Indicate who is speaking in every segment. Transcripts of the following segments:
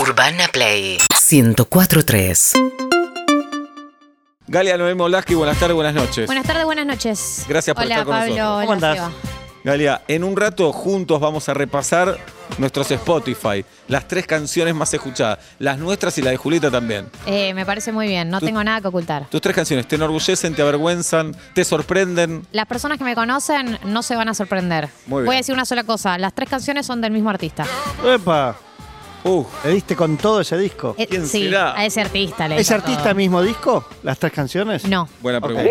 Speaker 1: Urbana Play 1043.
Speaker 2: Galia Noé Molaski, buenas tardes, buenas noches.
Speaker 3: Buenas tardes, buenas noches.
Speaker 2: Gracias por
Speaker 3: Hola,
Speaker 2: estar con
Speaker 3: Pablo,
Speaker 2: nosotros.
Speaker 3: Hola,
Speaker 4: ¿Cómo andás?
Speaker 3: Seba.
Speaker 2: Galia, en un rato juntos vamos a repasar nuestros Spotify, las tres canciones más escuchadas, las nuestras y la de Julieta también.
Speaker 3: Eh, me parece muy bien, no
Speaker 2: Tú-
Speaker 3: tengo nada que ocultar.
Speaker 2: Tus tres canciones te enorgullecen, te avergüenzan, te sorprenden.
Speaker 3: Las personas que me conocen no se van a sorprender.
Speaker 2: Muy bien.
Speaker 3: Voy a decir una sola cosa, las tres canciones son del mismo artista.
Speaker 4: ¡Epa!
Speaker 2: Uh,
Speaker 4: ¿Le diste con todo ese disco?
Speaker 3: Eh,
Speaker 2: ¿Quién
Speaker 3: sí,
Speaker 2: será?
Speaker 3: a ese artista le
Speaker 4: ¿Es
Speaker 3: hizo
Speaker 4: artista
Speaker 3: todo.
Speaker 4: mismo disco? ¿Las tres canciones?
Speaker 3: No,
Speaker 2: buena
Speaker 4: Ok.
Speaker 2: pregunta.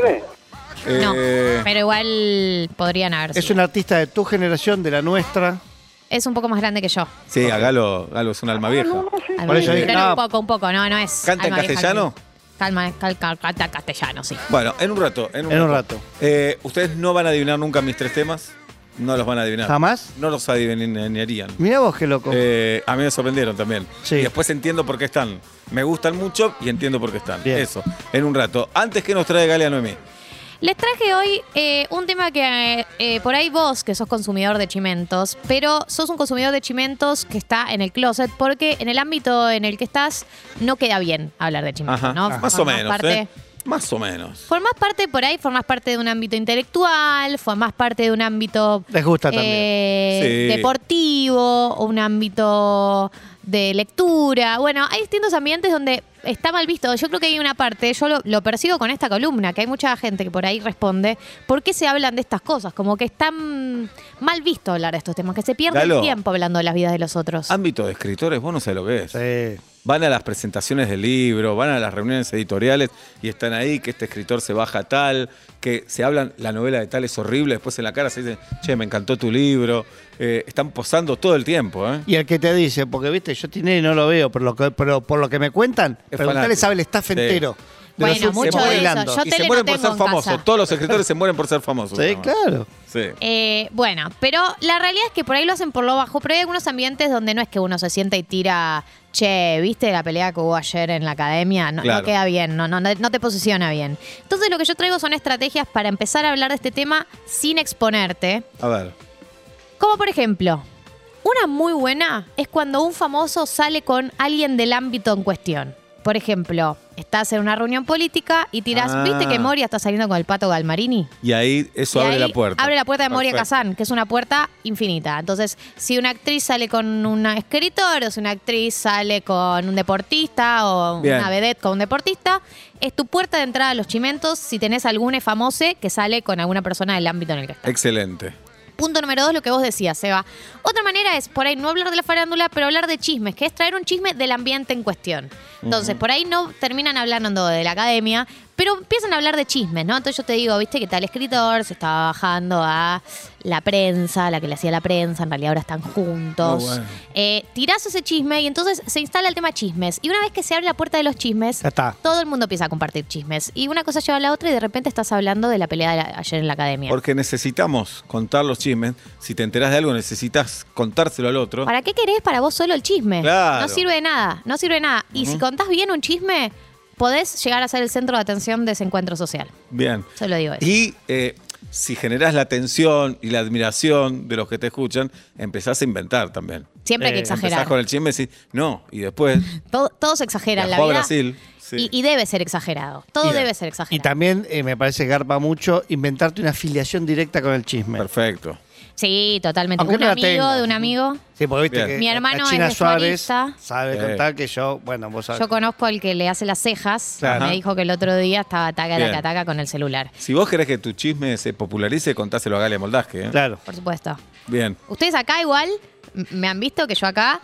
Speaker 3: no.
Speaker 2: Eh,
Speaker 3: Pero igual podrían haber
Speaker 4: Es
Speaker 3: sido.
Speaker 4: un artista de tu generación, de la nuestra.
Speaker 3: Es un poco más grande que yo.
Speaker 2: Sí, a Galo, Galo es un alma
Speaker 3: Ah,
Speaker 2: vieja.
Speaker 3: Algo-
Speaker 4: eso dije,
Speaker 3: pero
Speaker 4: no.
Speaker 3: un poco, un poco, no, no es.
Speaker 2: ¿Canta en
Speaker 3: alma vieja
Speaker 2: castellano?
Speaker 3: que- Calma, cal- cal- canta en castellano, sí.
Speaker 2: Bueno, en un rato. En un
Speaker 4: En un
Speaker 2: rato.
Speaker 4: rato.
Speaker 2: Eh, Ustedes no van a adivinar nunca mis tres temas. No los van a adivinar.
Speaker 4: ¿Jamás?
Speaker 2: No los adivinarían.
Speaker 4: Mirá vos qué loco.
Speaker 2: Eh, a mí me sorprendieron también.
Speaker 4: Sí.
Speaker 2: Y después entiendo por qué están. Me gustan mucho y entiendo por qué están.
Speaker 4: Bien.
Speaker 2: Eso, en un rato. Antes que nos trae Galia Noemí.
Speaker 3: Les traje hoy eh, un tema que eh, eh, por ahí vos, que sos consumidor de chimentos, pero sos un consumidor de chimentos que está en el closet porque en el ámbito en el que estás no queda bien hablar de chimentos,
Speaker 2: Ajá.
Speaker 3: ¿no?
Speaker 2: Más o
Speaker 3: Formás
Speaker 2: menos,
Speaker 3: parte-
Speaker 2: ¿eh? Más o menos.
Speaker 3: Formás parte por ahí, formás parte de un ámbito intelectual, formás parte de un ámbito
Speaker 4: Les gusta también.
Speaker 3: eh,
Speaker 2: Sí.
Speaker 3: deportivo, un ámbito de lectura. Bueno, hay distintos ambientes donde está mal visto. Yo creo que hay una parte, yo lo, lo percibo con esta columna, que hay mucha gente que por ahí responde, ¿por qué se hablan de estas cosas? Como que están mal visto hablar de estos temas, que se pierde
Speaker 2: Galo.
Speaker 3: el tiempo hablando de las vidas de los otros.
Speaker 2: Ámbito de escritores, vos no sabés lo que es.
Speaker 4: Sí.
Speaker 2: Van a las presentaciones del libro, van a las reuniones editoriales y están ahí que este escritor se baja tal, que se hablan, la novela de tal es horrible, después en la cara se dicen, che, me encantó tu libro. Eh, están posando todo el tiempo, ¿eh?
Speaker 4: Y el que te dice, porque viste, yo Tinelli no lo veo, pero, lo que- pero por lo que me cuentan,
Speaker 2: Es
Speaker 4: preguntale
Speaker 2: fanático.
Speaker 4: sabe el staff
Speaker 2: Sí.
Speaker 4: entero. De los
Speaker 3: Bueno,
Speaker 4: últimos
Speaker 3: mucho de eso.
Speaker 4: bailando.
Speaker 3: Yo
Speaker 2: y se
Speaker 3: tele
Speaker 2: mueren
Speaker 3: no
Speaker 2: por
Speaker 3: tengo
Speaker 2: ser
Speaker 3: en
Speaker 2: famosos.
Speaker 3: casa.
Speaker 2: Todos los escritores se mueren por ser famosos.
Speaker 4: Sí,
Speaker 2: además.
Speaker 4: claro.
Speaker 2: Sí.
Speaker 3: Eh, bueno, pero la realidad es que por ahí lo hacen por lo bajo, pero hay algunos ambientes donde no es que uno se sienta y tira, che, ¿viste la pelea que hubo ayer en la academia? No, no
Speaker 2: Claro.
Speaker 3: queda bien, no, no, no te posiciona bien. Entonces lo que yo traigo son estrategias para empezar a hablar de este tema sin exponerte.
Speaker 2: A ver.
Speaker 3: Como por ejemplo, una muy buena es cuando un famoso sale con alguien del ámbito en cuestión. Por ejemplo, estás en una reunión política y tirás,
Speaker 2: Ah.
Speaker 3: ¿viste que Moria está saliendo con el pato Galmarini?
Speaker 2: Y ahí eso
Speaker 3: Y
Speaker 2: abre
Speaker 3: ahí
Speaker 2: la puerta.
Speaker 3: Abre la puerta de Moria
Speaker 2: Perfecto.
Speaker 3: Kazan, que es una puerta infinita. Entonces, si una actriz sale con un escritor o si una actriz sale con un deportista o
Speaker 2: Bien.
Speaker 3: una vedette con un deportista, es tu puerta de entrada a los chimentos si tenés algún famoso que sale con alguna persona del ámbito en el que está.
Speaker 2: Excelente.
Speaker 3: Punto número dos, lo que vos decías, Seba. Otra manera es por ahí no hablar de la farándula, pero hablar de chismes, que es traer un chisme del ambiente en cuestión. Entonces, por ahí no terminan hablando de la academia, pero empiezan a hablar de chismes, ¿no? Entonces yo te digo, viste que tal escritor se estaba bajando a la prensa, la que le hacía la prensa, en realidad ahora están juntos.
Speaker 2: Muy bueno.
Speaker 3: Eh, tirás ese chisme y entonces se instala el tema chismes. Y una vez que se abre la puerta de los chismes,
Speaker 4: Ya está.
Speaker 3: todo el mundo empieza a compartir chismes. Y una cosa lleva a la otra y de repente estás hablando de la pelea de la- ayer en la academia.
Speaker 2: Porque necesitamos contar los chismes. Si te enterás de algo, necesitas contárselo al otro.
Speaker 3: ¿Para qué querés para vos solo el chisme?
Speaker 2: Claro.
Speaker 3: No sirve de nada, no sirve de nada. Y si contás bien un chisme, podés llegar a ser el centro de atención de ese encuentro social.
Speaker 2: Bien.
Speaker 3: Solo digo eso.
Speaker 2: Y eh, si generás la atención y la admiración de los que te escuchan, empezás a inventar también.
Speaker 3: Siempre hay que
Speaker 4: Eh, empezás
Speaker 2: Empezás
Speaker 3: exagerar.
Speaker 2: con el chisme y decís, no. Y después
Speaker 3: Todo- todos exageran la
Speaker 2: viajó a
Speaker 3: vida.
Speaker 2: Brasil. Sí.
Speaker 3: Y, y debe ser exagerado. Todo
Speaker 4: Y-
Speaker 3: debe ser
Speaker 4: Y
Speaker 3: exagerado.
Speaker 4: también eh, me parece que garpa mucho inventarte una afiliación directa con el chisme.
Speaker 2: Perfecto.
Speaker 3: Sí, totalmente.
Speaker 4: Aunque
Speaker 3: un
Speaker 4: no la
Speaker 3: amigo
Speaker 4: tengas.
Speaker 3: de un amigo.
Speaker 4: Sí, porque viste
Speaker 2: Bien.
Speaker 4: que
Speaker 3: Mi hermano
Speaker 4: la China
Speaker 3: es
Speaker 4: Suárez
Speaker 3: vestuarista.
Speaker 4: sabe
Speaker 2: Sí.
Speaker 4: contar que yo, bueno, vos sabés.
Speaker 3: Yo conozco al que le hace las cejas.
Speaker 4: Claro.
Speaker 3: Me dijo que el otro día estaba taca,
Speaker 2: Bien.
Speaker 3: taca, taca con el celular.
Speaker 2: Si vos querés que tu chisme se popularice, contáselo a Galia Moldaje. ¿eh?
Speaker 4: Claro.
Speaker 3: Por supuesto.
Speaker 2: Bien.
Speaker 3: Ustedes acá igual m- me han visto que yo acá,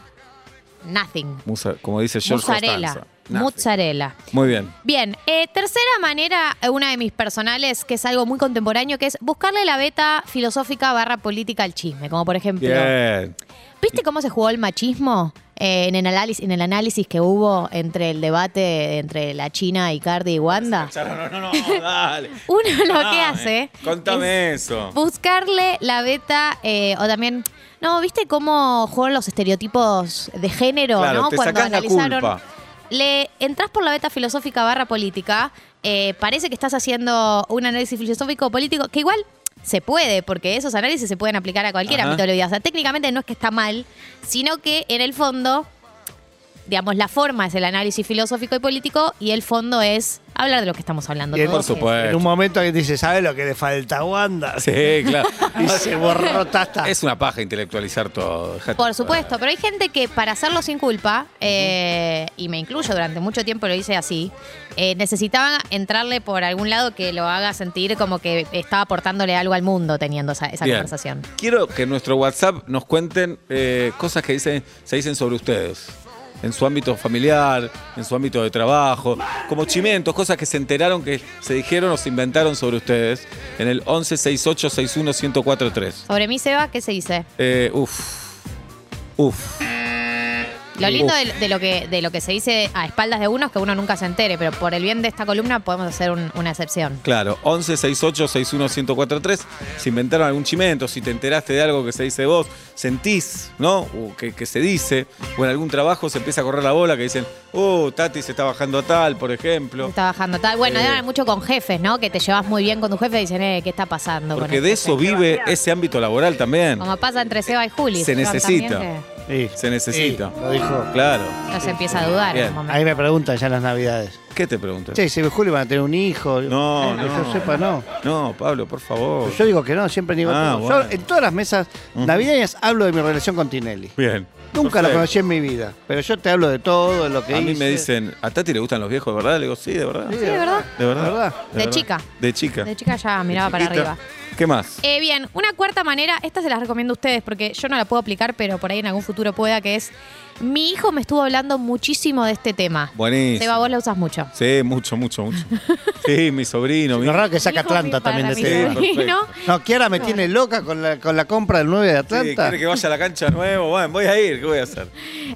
Speaker 3: nothing.
Speaker 2: Musa- como dice George
Speaker 3: Mozzarella.
Speaker 2: Costanza. Nothing.
Speaker 3: Mozzarella.
Speaker 2: Muy bien.
Speaker 3: Bien, eh, tercera manera, eh, una de mis personales, que es algo muy contemporáneo, que es buscarle la beta filosófica barra política al chisme. Como por ejemplo,
Speaker 2: Bien.
Speaker 3: ¿viste cómo se jugó el machismo eh, en, el análisis, en el análisis que hubo entre el debate entre la China y Cardi y Wanda?
Speaker 2: Charo, no, no, no, dale.
Speaker 3: Uno lo que
Speaker 2: Contame, Ah,
Speaker 3: hace
Speaker 2: eh. Contame eso.
Speaker 3: buscarle la beta eh, o también... No, ¿viste cómo juegan los estereotipos de género,
Speaker 2: Claro,
Speaker 3: no?
Speaker 2: te sacás la culpa.
Speaker 3: Le entras por la beta filosófica barra política, eh, parece que estás haciendo un análisis filosófico político, que igual se puede, porque esos análisis se pueden aplicar a cualquier
Speaker 2: Ajá.
Speaker 3: ámbito de la vida. O sea, técnicamente no es que está mal, sino que en el fondo digamos, la forma es el análisis filosófico y político y el fondo es hablar de lo que estamos hablando.
Speaker 4: Bien,
Speaker 2: Por
Speaker 3: todos.
Speaker 4: En
Speaker 2: supuesto.
Speaker 4: un momento que dice, ¿sabe lo que le falta a Wanda?
Speaker 2: Sí, claro.
Speaker 4: Y se borró tata.
Speaker 2: Es una paja intelectualizar todo. dejate
Speaker 3: Por
Speaker 2: joder.
Speaker 3: supuesto, pero hay gente que para hacerlo sin culpa, eh, y me incluyo durante mucho tiempo lo hice así, eh, necesitaba entrarle por algún lado que lo haga sentir como que estaba aportándole algo al mundo teniendo esa, esa
Speaker 2: Bien.
Speaker 3: conversación.
Speaker 2: Quiero que en nuestro WhatsApp nos cuenten eh, cosas que dicen, se dicen sobre ustedes. En su ámbito familiar, en su ámbito de trabajo, como chimentos, cosas que se enteraron, que se dijeron o se inventaron sobre ustedes en el 11 68 61 1043.
Speaker 3: Sobre mí, Seba, ¿qué se dice?
Speaker 2: Eh, uf, uf.
Speaker 3: Lo lindo
Speaker 2: Uf.
Speaker 3: de, de lo que, de lo que se dice a espaldas de uno es que uno nunca se entere, pero por el bien de esta columna podemos hacer un- una excepción.
Speaker 2: Claro, 11 68 61 1043. Si inventaron algún chimento, si te enteraste de algo que se dice de vos, sentís, ¿no? O que, que se dice, o en algún trabajo se empieza a correr la bola que dicen, oh, Tati se está bajando a tal, por ejemplo.
Speaker 3: Está bajando tal. Bueno,
Speaker 2: Eh.
Speaker 3: deben haber mucho con jefes, ¿no? Que te llevas muy bien con tu jefe y dicen, eh, ¿qué está pasando? con
Speaker 2: Porque
Speaker 3: el
Speaker 2: de
Speaker 3: jefe?
Speaker 2: eso vive ese ámbito laboral también.
Speaker 3: Como pasa entre Seba y Juli.
Speaker 2: Se
Speaker 3: Seba
Speaker 2: necesita.
Speaker 3: también eh. que
Speaker 4: Sí.
Speaker 2: Se necesita.
Speaker 4: Sí, lo dijo.
Speaker 2: Claro.
Speaker 3: No se empieza a dudar
Speaker 2: Bien.
Speaker 3: en un momento.
Speaker 4: Ahí me preguntan ya en las navidades.
Speaker 2: ¿Qué te pregunto?
Speaker 4: Che, si Julio van a tener un hijo.
Speaker 2: No,
Speaker 4: Eh, que
Speaker 2: no.
Speaker 4: Yo sepa, no.
Speaker 2: No, Pablo, por favor.
Speaker 4: Yo digo que no, siempre digo
Speaker 2: Ah,
Speaker 4: que no.
Speaker 2: bueno.
Speaker 4: Yo en todas las mesas navideñas hablo de mi relación con Tinelli.
Speaker 2: Bien.
Speaker 4: Nunca lo
Speaker 2: Perfecto.
Speaker 4: conocí en mi vida, pero yo te hablo de todo, de lo que
Speaker 2: A mí
Speaker 4: hice.
Speaker 2: me dicen, ¿a Tati le gustan los viejos de verdad? Le digo, sí, de verdad.
Speaker 4: Sí,
Speaker 3: Sí, de verdad.
Speaker 2: De verdad.
Speaker 4: De verdad.
Speaker 3: De chica.
Speaker 2: De chica.
Speaker 3: De chica ya miraba para
Speaker 2: chiquita.
Speaker 3: arriba.
Speaker 2: ¿Qué más?
Speaker 3: Eh, bien, una cuarta manera, esta se las recomiendo a ustedes porque yo no la puedo aplicar, pero por ahí en algún futuro pueda, que es, mi hijo me estuvo hablando muchísimo de este tema.
Speaker 2: Buenísimo.
Speaker 3: Seba, vos la usas mucho.
Speaker 2: Sí, mucho, mucho, mucho. Sí, mi sobrino. mi-
Speaker 4: Lo raro que saca
Speaker 3: Mi hijo,
Speaker 4: Atlanta
Speaker 3: mi- para
Speaker 4: también de
Speaker 3: mi
Speaker 4: este
Speaker 2: tema.
Speaker 4: tema.
Speaker 3: sobrino.
Speaker 4: No, Kiara me tiene loca con la, con la compra del 9 de
Speaker 2: Sí,
Speaker 4: Atlanta.
Speaker 2: quiere que vaya a la cancha nuevo. Bueno, voy a ir, ¿qué voy a hacer?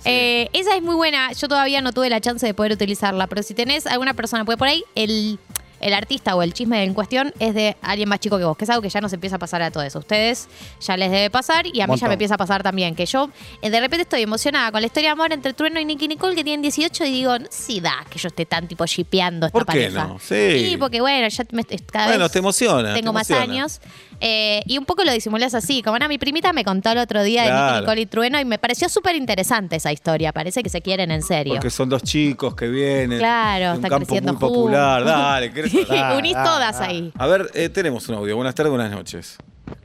Speaker 3: Eh, esa es muy buena. Yo todavía no tuve la chance de poder utilizarla, pero si tenés alguna persona, porque por ahí el, el artista o el chisme en cuestión es de alguien más chico que vos, que es algo que ya nos empieza a pasar a todos. A Ustedes ya les debe pasar y a mí ya
Speaker 4: Montón.
Speaker 3: me empieza a pasar también, que yo eh, de repente estoy emocionada con la historia de amor entre Trueno y Nicky Nicole, que tienen 18, y digo, no sé si da que yo esté tan tipo shipeando esta
Speaker 2: ¿Por qué
Speaker 3: pareja.
Speaker 2: no? Sí.
Speaker 3: Y porque bueno, ya me, cada
Speaker 2: Bueno,
Speaker 3: vez
Speaker 2: te emociona,
Speaker 3: Tengo
Speaker 2: Ah, te
Speaker 3: más
Speaker 2: emociona.
Speaker 3: años. Eh, y un poco lo disimulás así, como "Ah, mi primita me contó el otro día de
Speaker 2: Claro.
Speaker 3: Nicky Nicole y Trueno y me pareció súper interesante esa historia, parece que se quieren en serio.
Speaker 2: Porque son dos chicos que vienen.
Speaker 3: Claro,
Speaker 2: de un
Speaker 3: están
Speaker 2: campo
Speaker 3: creciendo
Speaker 2: muy popular.
Speaker 3: juntos.
Speaker 2: Dale, crece.
Speaker 4: Sí. Ah,
Speaker 3: Unís
Speaker 4: ah,
Speaker 3: todas
Speaker 4: ah.
Speaker 3: ahí.
Speaker 2: A ver, eh, tenemos un audio. Buenas tardes, buenas noches.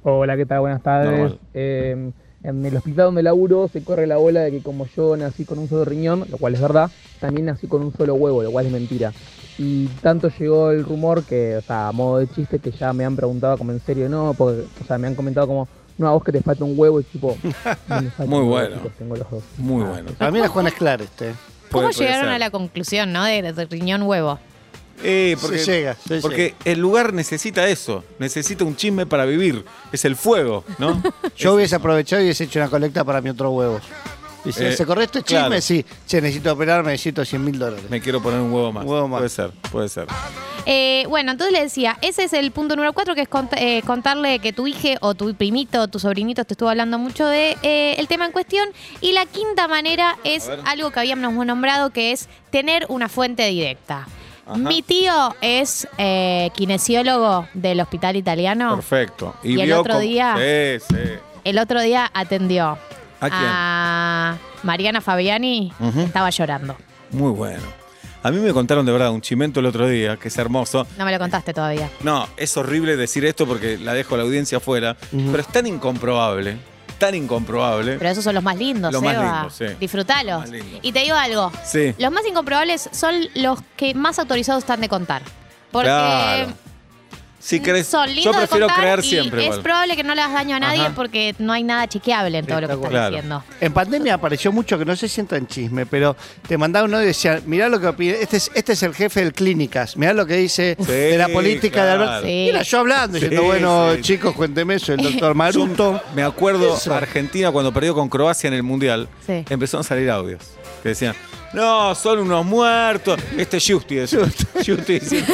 Speaker 5: Hola, ¿qué tal? Buenas tardes.
Speaker 2: Normal.
Speaker 5: Eh, en el hospital donde laburo se corre la bola de que como yo nací con un solo riñón, lo cual es verdad, también nací con un solo huevo, lo cual es mentira. Y tanto llegó el rumor que, o sea, a modo de chiste, que ya me han preguntado como en serio no, porque, o sea, me han comentado como, no, a vos que te falta un huevo, y tipo, "No me falta
Speaker 2: Muy
Speaker 5: un huevo,
Speaker 2: bueno.
Speaker 5: chicos, tengo los dos.
Speaker 2: Muy bueno.
Speaker 4: Para mí era Juan Esclar este.
Speaker 3: ¿Cómo
Speaker 2: Puede- puede
Speaker 3: llegaron
Speaker 2: ser.
Speaker 3: a la conclusión, no? De, de riñón huevo.
Speaker 2: Eh, porque,
Speaker 4: Se llega, se
Speaker 2: porque el lugar necesita eso. Necesita un chisme para vivir. Es el fuego, ¿no?
Speaker 4: Yo hubiese aprovechado y hubiese hecho una colecta para mi otro huevo. Y si
Speaker 2: Eh,
Speaker 4: ¿se corre este chisme?
Speaker 2: claro.
Speaker 4: Sí. Che, necesito operarme, necesito 100 mil dólares.
Speaker 2: Me quiero poner un huevo más.
Speaker 4: Un huevo más.
Speaker 2: Puede ser, puede ser.
Speaker 3: Eh, bueno, entonces le decía, ese es el punto número cuatro, que es cont- eh, contarle que tu hija o tu primito o tu sobrinito te estuvo hablando mucho de eh, el tema en cuestión. Y la quinta manera es
Speaker 2: A ver.
Speaker 3: algo que habíamos nombrado, que es tener una fuente directa.
Speaker 2: Ajá.
Speaker 3: Mi tío es eh, kinesiólogo del hospital italiano.
Speaker 2: Perfecto.
Speaker 3: Y el
Speaker 2: vio
Speaker 3: otro
Speaker 2: cómo-
Speaker 3: día-
Speaker 2: Sí, sí.
Speaker 3: El otro día atendió
Speaker 2: ¿A quién?
Speaker 3: Ah. a Mariana Fabiani,
Speaker 2: Ujú.
Speaker 3: estaba llorando.
Speaker 2: Muy bueno. A mí me contaron de verdad un chimento el otro día, que es hermoso.
Speaker 3: No me lo contaste todavía.
Speaker 2: No, es horrible decir esto porque la dejo a la audiencia afuera, pero es tan incomprobable, tan incomprobable.
Speaker 3: Pero esos son los más lindos,
Speaker 2: Los más
Speaker 3: Eva.
Speaker 2: lindos, sí.
Speaker 3: Disfrutalos.
Speaker 2: Los más lindos.
Speaker 3: Y te digo algo.
Speaker 2: Sí.
Speaker 3: Los más incomprobables son los que más autorizados están de contar. Porque
Speaker 2: Claro. Si crees,
Speaker 3: son
Speaker 2: yo
Speaker 3: lindos de
Speaker 2: prefiero
Speaker 3: contar
Speaker 2: creer
Speaker 3: y
Speaker 2: siempre.
Speaker 3: es
Speaker 2: igual.
Speaker 3: probable que no le hagas daño a nadie
Speaker 2: Ajá.
Speaker 3: porque no hay nada chequeable en todo lo que
Speaker 4: está
Speaker 3: estás
Speaker 2: claro.
Speaker 3: diciendo.
Speaker 4: En pandemia apareció mucho que no se sienta en chisme, pero te mandaba uno y decía, mirá lo que opina, este es, este es el jefe del Clínicas, mirá lo que dice
Speaker 2: Sí,
Speaker 4: de la política de
Speaker 2: claro.
Speaker 4: Alberto.
Speaker 3: Sí.
Speaker 4: Mira, yo hablando,
Speaker 2: Sí,
Speaker 4: diciendo, bueno,
Speaker 2: sí.
Speaker 4: chicos, cuénteme eso, el doctor
Speaker 2: Yo
Speaker 4: Maruto.
Speaker 2: me acuerdo
Speaker 4: Eso.
Speaker 2: Argentina cuando perdió con Croacia en el Mundial,
Speaker 3: Sí.
Speaker 2: empezaron a salir audios que decían, no, son unos muertos. Este Justi decía, Justi dice,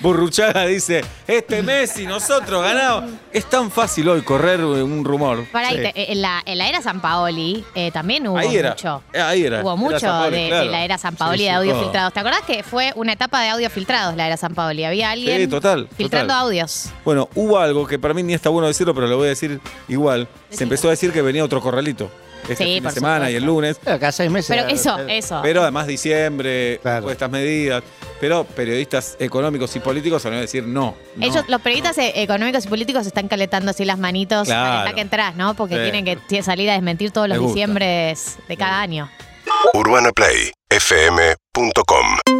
Speaker 2: Burruchaga dice, este Messi, nosotros ganamos. Es tan fácil hoy correr un rumor.
Speaker 3: Pará, y
Speaker 4: Sí.
Speaker 3: te- eh, en, la, en la era San Paoli eh, también hubo
Speaker 2: Ahí era.
Speaker 3: mucho.
Speaker 2: Eh, ahí era.
Speaker 3: Hubo
Speaker 2: Era
Speaker 3: mucho
Speaker 2: San Paoli,
Speaker 3: de, de
Speaker 2: claro.
Speaker 3: la era San Paoli
Speaker 2: Sí, sí,
Speaker 3: de audios
Speaker 2: todo.
Speaker 3: filtrados. ¿Te acordás que fue una etapa de audios filtrados la era San Paoli? Había alguien
Speaker 2: total,
Speaker 3: filtrando
Speaker 2: total.
Speaker 3: audios.
Speaker 2: Bueno, hubo algo que para mí ni está bueno decirlo, pero lo voy a decir igual. Se empezó a decir que venía otro corralito. este
Speaker 3: Sí,
Speaker 2: fin de
Speaker 3: por
Speaker 2: semana y el
Speaker 3: supuesto.
Speaker 2: lunes.
Speaker 4: Pero acá seis meses.
Speaker 3: Pero
Speaker 4: era-
Speaker 3: eso, eh,
Speaker 4: era-
Speaker 3: eso.
Speaker 2: Pero además diciembre,
Speaker 4: Claro.
Speaker 2: con estas medidas. Pero periodistas económicos y políticos van a decir no. no.
Speaker 3: Ellos, los periodistas eh, económicos y políticos están calentando así las manitos
Speaker 2: Claro.
Speaker 3: hasta que entras, ¿no? Porque
Speaker 2: Sí.
Speaker 3: tienen que t- salir a desmentir todos
Speaker 2: Me
Speaker 3: los
Speaker 2: gusta.
Speaker 3: diciembres de cada año.
Speaker 6: UrbanaPlayFM.com